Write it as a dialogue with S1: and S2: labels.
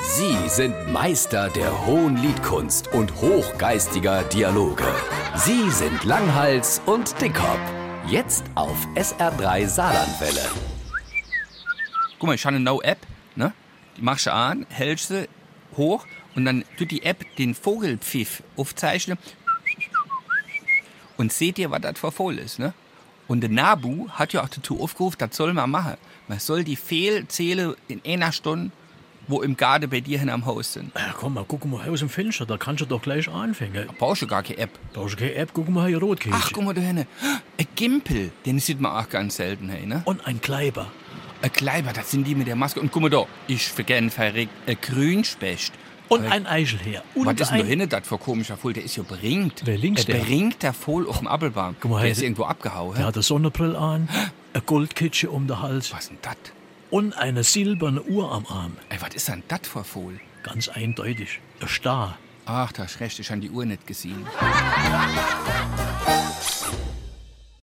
S1: Sie sind Meister der hohen Liedkunst und hochgeistiger Dialoge. Sie sind Langhals und Dickhop. Jetzt auf SR3 Saarlandwelle.
S2: Guck mal, ich habe eine No-App, ne? Die machst du an, hältst sie hoch und dann tut die App den Vogelpfiff aufzeichnen und seht ihr, was das für Vogel ist, ne? Und der Nabu hat ja auch dazu aufgerufen, das soll man machen. Man soll die Fehlzähle in einer Stunde, wo im Garde bei dir hin am Haus sind.
S3: Ja, Ah, komm mal, guck mal aus dem Fenster, da kannst du doch gleich anfangen.
S2: Brauchst du gar keine App.
S3: Da ist keine App, guck mal hier Rotkäse.
S2: Ach, guck mal da hinne. Ein Gimpel, den sieht man auch ganz selten, hey, ne?
S3: Und ein Kleiber.
S2: Ein Kleiber, das sind die mit der Maske. Und guck mal da, ich vergenne verregt, ein Grünspecht.
S3: Und ein Eichelherr. Und
S2: Was ist denn da
S3: ein...
S2: hinne das für komischer Vogel? Der ist ja beringt.
S3: Der links,
S2: der?
S3: der.
S2: beringt der Vogel auf dem Appelbaum.
S3: Guck mal,
S2: der
S3: hey,
S2: ist
S3: der-
S2: irgendwo abgehauen.
S3: Der
S2: Ja.
S3: hat eine Sonnenbrille an, eine Goldkitsche um den Hals
S2: Was ist denn das?
S3: und eine silberne Uhr am Arm.
S2: Ey, was ist denn das für Vogel?
S3: Ganz eindeutig. Ein Star.
S2: Ach, da hast recht, ich habe die Uhr nicht gesehen.